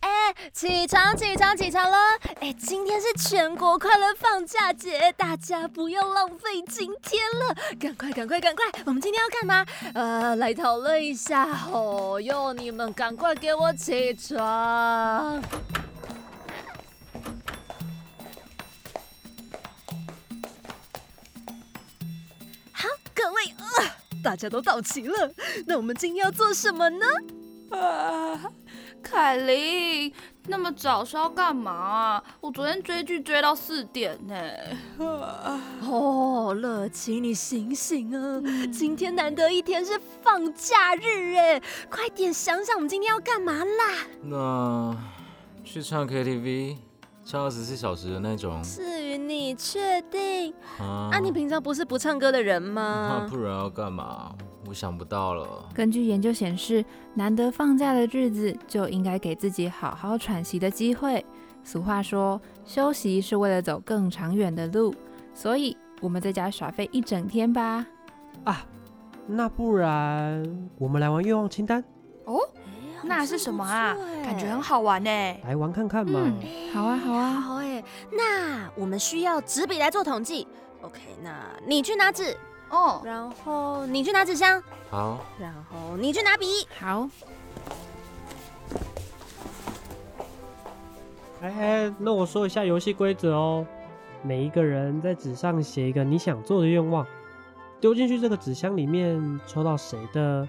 哎起床，起床，起床了！哎，今天是全国快乐放假节，大家不要浪费今天了，赶快，赶快，赶快！我们今天要干嘛？呃，来讨论一下哦哟，你们赶快给我起床！好，各位，呃、大家都到齐了，那我们今天要做什么呢？啊， 凯琳，那么早是要干嘛啊？我昨天追剧追到四点呢、哦，乐琪，你醒醒啊！今天难得一天是放假日哎，快点想想我们今天要干嘛啦！那去唱 KTV，唱二十四小时的那种至于你确定？啊啊，你平常不是不唱歌的人那吗？嗯不然要干嘛？我想不到了。根据研究显示，难得放假的日子就应该给自己好好喘息的机会。俗话说，休息是为了走更长远的路，所以我们在家耍废一整天吧。啊，那不然我们来玩愿望清单，哦，哎那是什么啊？感觉很好玩呢、来玩看看嘛。嗯好啊好啊好哎。那我们需要纸笔来做统计。OK，那你去拿纸，哦，然后你去拿纸箱，好，然后你去拿笔。好，哎哎，那我说一下游戏规则哦。每一个人在纸上写一个你想做的愿望，丢进去这个纸箱里面，抽到谁的，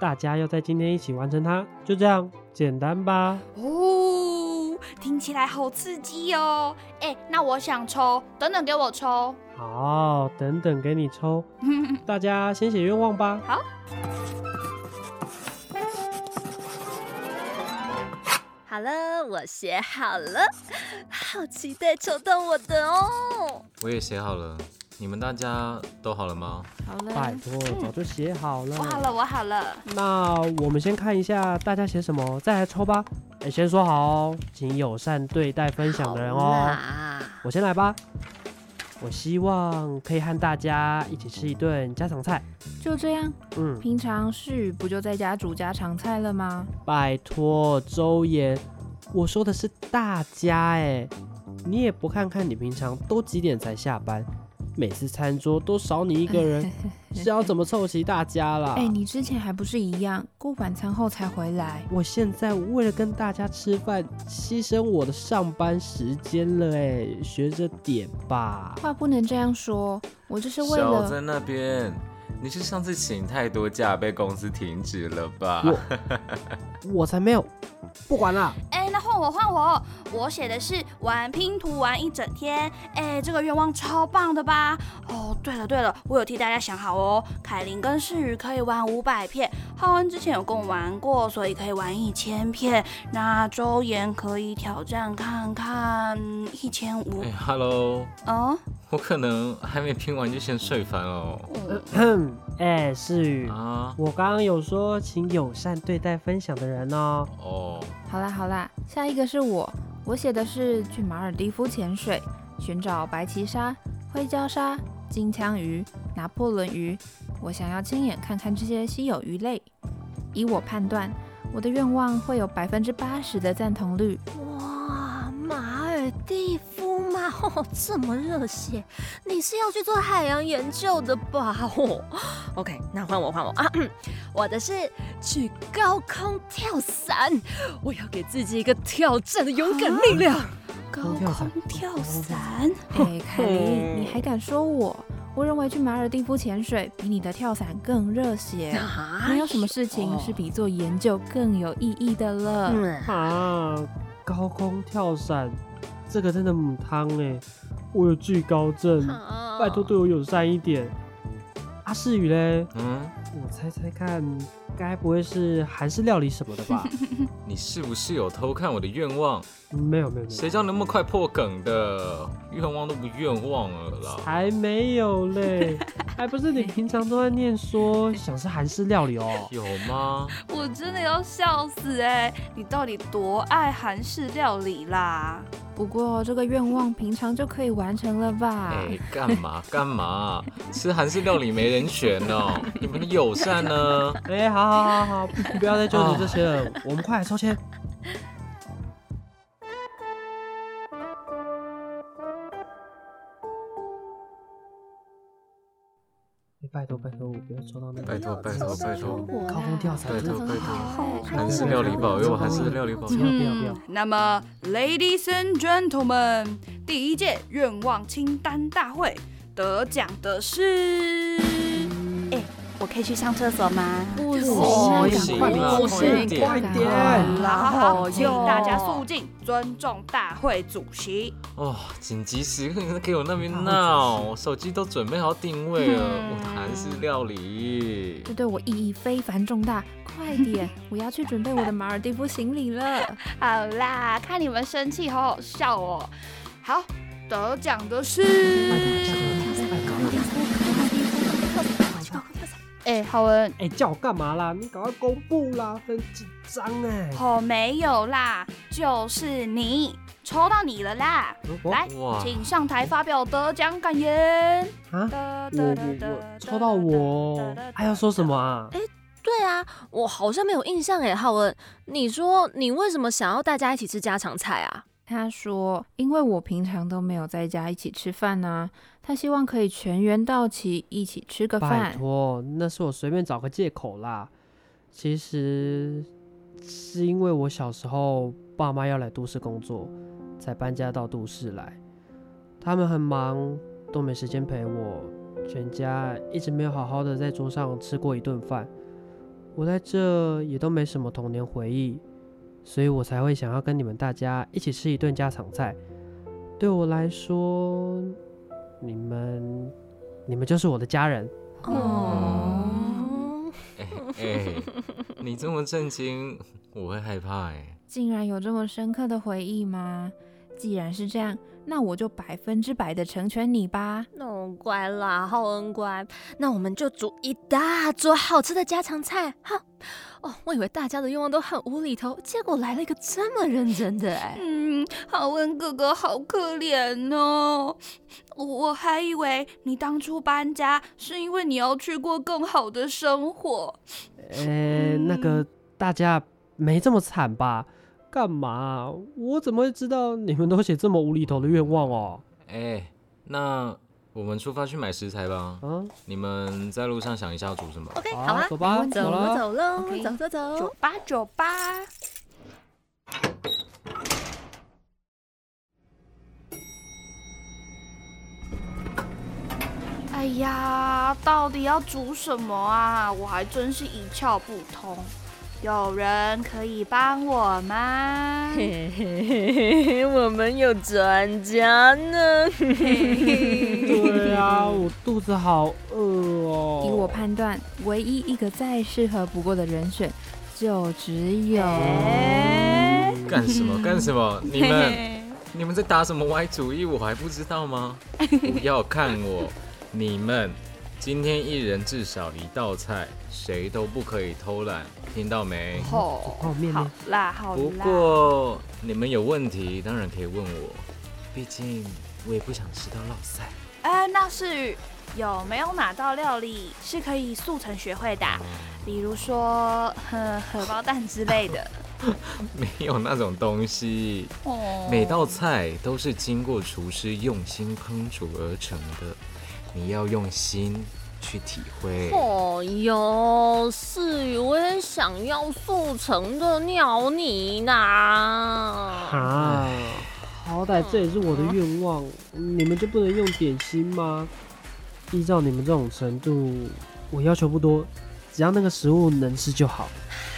大家要在今天一起完成它。就这样，简单吧？哦，听起来好刺激哦。哎、那我想抽，等等给我抽。好，等等给你抽，大家先写愿望吧。好了，我写好了，好期待抽到我的哦。我也写好了。你们大家都好了吗？好拜了，托，早就写好了。我好了，我好了。那我们先看一下大家写什么，再来抽吧。哎，先说好哦，请友善对待分享的人好哦。啦我先来吧。我希望可以和大家一起吃一顿家常菜。就这样。嗯，平常是不就在家煮家常菜了吗？拜托周岩，我说的是大家哎，你也不看看你平常都几点才下班，每次餐桌都少你一 个人，是要怎么凑齐大家啦？哎、你之前还不是一样，过晚餐后才回来。我现在为了跟大家吃饭，牺牲我的上班时间了哎，学着点吧。话不能这样说，我就是为少在了那边，你是上次请太多假被公司停止了吧？我我才没有，不管啦。哎、那换我换我，我写的是玩拼图玩一整天。哎、这个愿望超棒的吧？哦，对了对了，我有替大家想好哦，凯琳跟世宇可以玩五百片，浩恩之前有跟我玩过，所以可以玩一千片。那周岩可以挑战看看一千五哎。，Hello，嗯，我可能还没拼完就先睡翻了哦。哎，世宇，啊，我刚刚有说请友善对待分享的人哦。哦，好啦好啦，下一个是我，我写的是去马尔蒂夫潜水，寻找白鳍鲨、灰礁鲨、金枪鱼、拿破仑鱼。我想要亲眼看看这些稀有鱼类。以我判断，我的愿望会有百分之八十的赞同率。哇，马尔蒂夫嘛，哦，这么热血，你是要去做海洋研究的吧？哦，OK，那换我换我啊，我的是去高空跳伞，我要给自己一个挑战的勇敢力量。高跳伞空跳伞。哎，凯琳，你还敢说我？我认为去马尔蒂夫潜水比你的跳伞更热血。啊没有什么事情是比做研究更有意义的了。嗯，啊，高空跳伞，这个真的母汤哎，我有惧高症，拜托对我友善一点。阿世宇嘞，嗯，我猜猜看，该不会是韩式料理什么的吧？你是不是有偷看我的愿望？没有没有没有。谁叫你那么快破梗的？愿望都不愿望了啦。还没有嘞，还不是你平常都在念说想吃韩式料理哦。有吗？我真的要笑死哎、你到底多爱韩式料理啦？不过这个愿望平常就可以完成了吧？哎，干嘛干嘛？吃韩式料理没人选哦，你们的友善呢？哎、好好好好，不要再纠结这些了，我们快来抽签。哎拜托拜托，我不要抽到那拜个托拜托拜托，高空跳伞，拜真的托很拜托好好真的韩式很料好理保佑真的韩式很料理好保不要不要不要嗯，，那么，Ladies and Gentlemen，第一届愿望清单大会得奖的是，嗯哎、我可以去上厕所吗？不哦行，行赶了快，快点快赶点快好好好，请哟大家肃静，尊重大会主席。哦，紧急时刻你在给我那边闹，我手机都准备好定位了，嗯我的韩式料理这对我意义非凡重大，快点，我要去准备我的马尔蒂夫行李了。好啦，看你们生气，好好笑哦。好，得奖的是，哎、浩文，哎，叫我干嘛啦？你赶快公布啦，很紧张哎。哦，没有啦，就是你抽到你了啦。我来哇，请上台发表得奖感言。啊，哒我哒哒我哒我抽到我哒哦哒哒，还要说什么啊？对啊，我好像没有印象哎，浩文，你说你为什么想要大家一起吃家常菜啊？他说：“因为我平常都没有在家一起吃饭呐、他希望可以全员到齐一起吃个拜饭。托，那是我随便找个借口啦。其实是因为我小时候爸妈要来都市工作，才搬家到都市来。他们很忙，都没时间陪我，全家一直没有好好的在桌上吃过一顿饭。我在这也都没什么童年回忆，所以我才会想要跟你们大家一起吃一顿家常菜。对我来说，你们，你们就是我的家人。哦，哎哎，你这么震惊，我会害怕哎。竟然有这么深刻的回忆吗？既然是这样，那我就百分之百的成全你吧。那我乖啦，浩恩乖，那我们就煮一大桌好吃的家常菜哈。哦，我以为大家的愿望都很无厘头，结果来了一个这么认真的哎。 嗯，浩文哥哥好可怜哦。我我还以为你当初搬家是因为你要去过更好的生活。呃，那个大家没这么惨吧？干嘛？我怎么会知道你们都写这么无厘头的愿望哦？哎，那我们出发去买食材吧。啊，你们在路上想一下要煮什么。 OK，好好啊，走吧我们走走喽了走喽 OK 走走走九。八九八，哎呀，到底要煮什么啊？我还真是一窍不通。有人可以帮我吗？嘿嘿嘿嘿嘿，我们有专家呢。 对啊，我肚子好饿哦。以我判断，唯一一个再适合不过的人选，就只有……哎干什 么干什么？你们你们在打什么歪主意？我还不知 道吗？不要看我，你们今天一人至少一道菜，谁都不可以偷懒，听到没？吼泡面好呢啦好不啦，过你们有问题当然可以问我，毕竟我也不想吃到落塞。 哎，那是有没有哪道料理是可以速成学会的啊？比如说，呵，荷包蛋之类的。没有那种东西，哦每道菜都是经过厨师用心烹煮而成的，你要用心去体会。哦哟，是宇，我也想要速成的鸟泥呢。啊，好歹这也是我的愿望，你们就不能用点心吗？依照你们这种程度，我要求不多，只要那个食物能吃就好。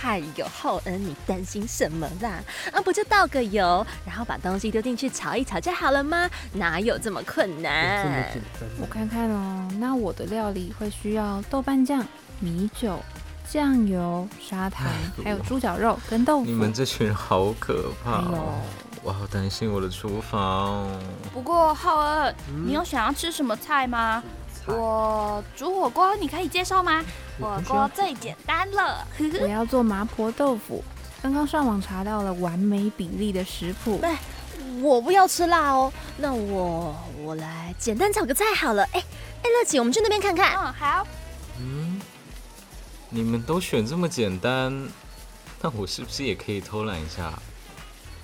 嗨哟，浩恩，呃你担心什么啦？啊，不就倒个油，然后把东西丢进去炒一炒就好了吗？哪有这么困有这么难简？单吗我看看哦，那我的料理会需要豆瓣酱、米酒、酱油、砂糖哎，还有猪脚肉跟豆腐。你们这群人好可怕、还有哦！我好担心我的厨房、哦。不过浩恩，嗯你有想要吃什么菜吗？菜我煮火锅，你可以接受吗？火锅最简单了。呵呵我要做麻婆豆腐。刚刚上网查到了完美比例的食谱，我不要吃辣哦，那我我来简单炒个菜好了。哎哎，乐姐，我们去那边看看。嗯，好。嗯，你们都选这么简单，那我是不是也可以偷懒一下？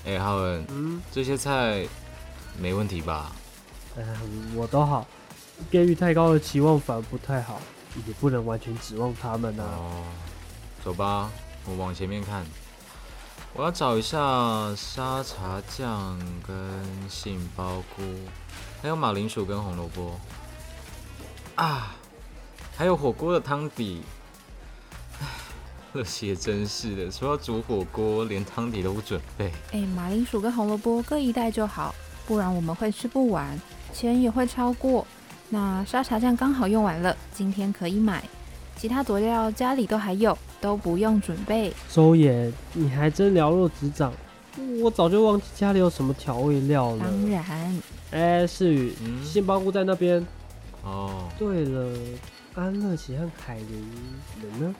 哎、浩文，嗯，这些菜没问题吧？哎，我都好，给予太高的期望反而不太好。也不能完全指望他们啊。哦，走吧，我往前面看。我要找一下沙茶酱、跟杏鲍菇，还有马铃薯跟红萝卜。啊，还有火锅的汤底。唉，乐西也真是的，说要煮火锅，连汤底都不准备。哎，马铃薯跟红萝卜各一袋就好，不然我们会吃不完，钱也会超过。那沙茶酱刚好用完了，今天可以买。其他佐料家里都还有，都不用准备。周野，你还真了若指掌，我早就忘记家里有什么调味料了。当然，哎，世宇，嗯杏鲍菇在那边。哦，对了，安乐喜和凯琳人呢？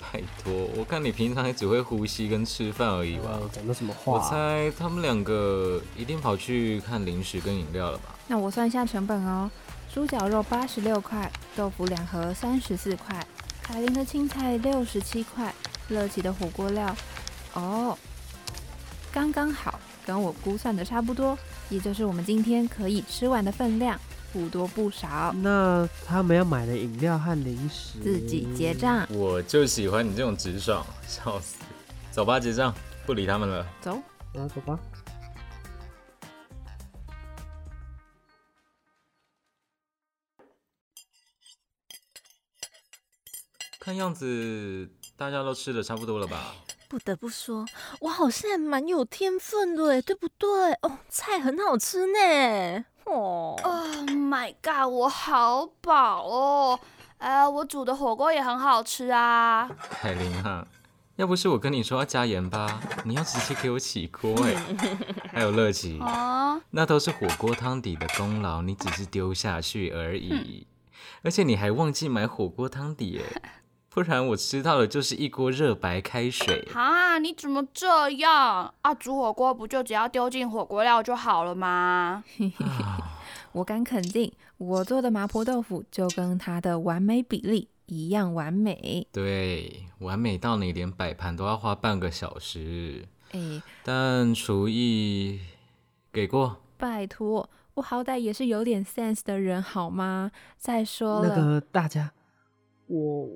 拜托，我看你平常也只会呼吸跟吃饭而已吧嗯哇。，讲的什么我话啊？猜他们两个一定跑去看零食跟饮料了吧？那我算一下成本哦：猪脚肉八十六块，豆腐两盒三十四块，凯琳的青菜六十七块，乐奇的火锅料哦，刚刚好，跟我估算的差不多，也就是我们今天可以吃完的分量，不多不少，那他们要买的饮料和零食，自己结。账，我就喜欢你这种直爽，笑死！走吧，结账，不理他们了。走。啊，走吧。看样子大家都吃的差不多了吧？不得不说，我好像还蛮有天分的耶，对不对？哦，菜很好吃呢。哦， Oh my god！我好饱哦。呃，我煮的火锅也很好吃啊。凯琳啊，要不是我跟你说要加盐巴，你要直接给我起锅哎、还有乐琪，啊，那都是火锅汤底的功劳，你只是丢下去而已。而且你还忘记买火锅汤底哎、不然我吃到的就是一锅热白开水。啊，你怎么这样啊？煮火锅不就只要丢进火锅料就好了吗？我敢肯定，我做的麻婆豆腐就跟它的完美比例一样完美。对，完美到你连摆盘都要花半个小时，哎，但厨艺给过。 拜托，我好歹也是有点 sense 的人好吗？再说那了，个大家，我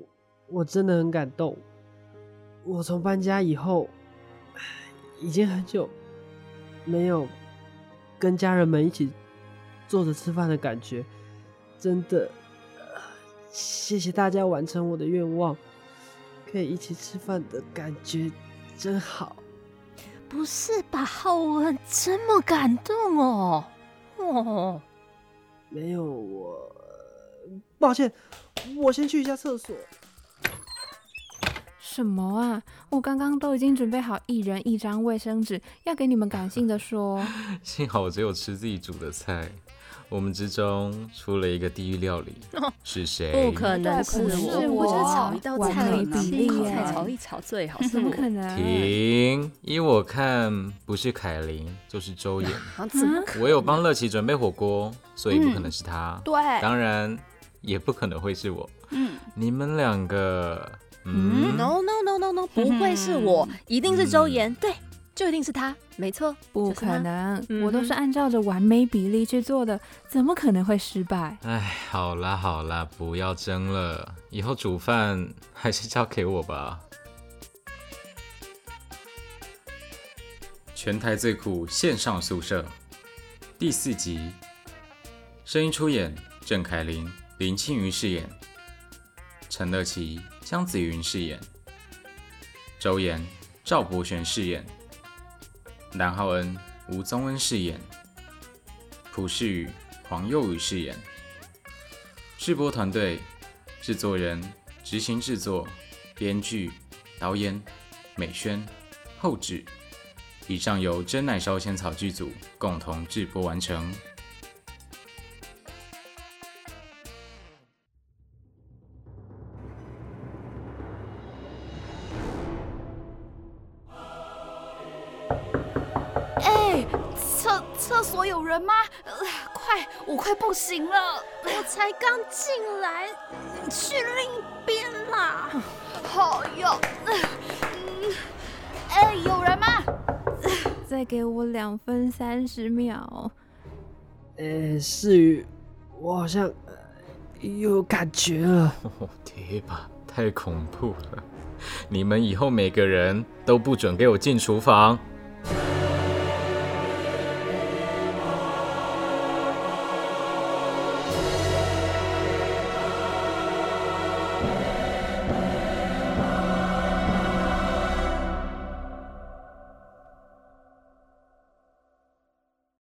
我真的很感动。我从搬家以后，唉已经很久没有跟家人们一起坐着吃饭的感觉，真的，呃谢谢大家完成我的愿望，可以一起吃饭的感觉真好。不是吧，浩文这么感动哦。哦，没有我，呃抱歉，我先去一下厕所。什么啊？我刚刚都已经准备好一人一张卫生纸，要给你们感性的说。幸好我只有吃自己煮的菜。我们之中出了一个地狱料理，是谁？不可能是是我我，我觉得炒一道完菜美比一口例菜耶炒一炒最 好，是怎么我。可 能？停！依我看，不是凯琳就是周衍。啊，怎么我有帮乐琪准备火锅，所以不可能是他。对，当然也不可能会是我。嗯，你们两个，嗯， ？No No No No No，不会是我，一定是周岩，对，就一定是他，没错，不就是可他能嗯，哼我都是按照着完美比例去做的，怎么可能会失败？哎，好啦好啦，不要争了，以后煮饭还是交给我吧。全台最酷线上宿舍第四集，声音出演郑凯琳、林庆瑜饰演，陈乐琪、江子云饰演，周岩、赵博璇饰演，南浩恩、吴宗恩饰演，朴世宇、黄佑宇饰演。制播团队：制作人、执行制作、编剧、导演、美宣、后制。以上由真奶烧仙草剧组共同制播完成。哎，厕厕所有人吗？呃快，我快不行了，我才刚进来，去另一边啦。好哟。呃嗯哎，有人吗？再给我两分三十秒。呃，世宇，我好像、呃又有感觉了。哦，贴吧，太恐怖了！你们以后每个人都不准给我进厨房。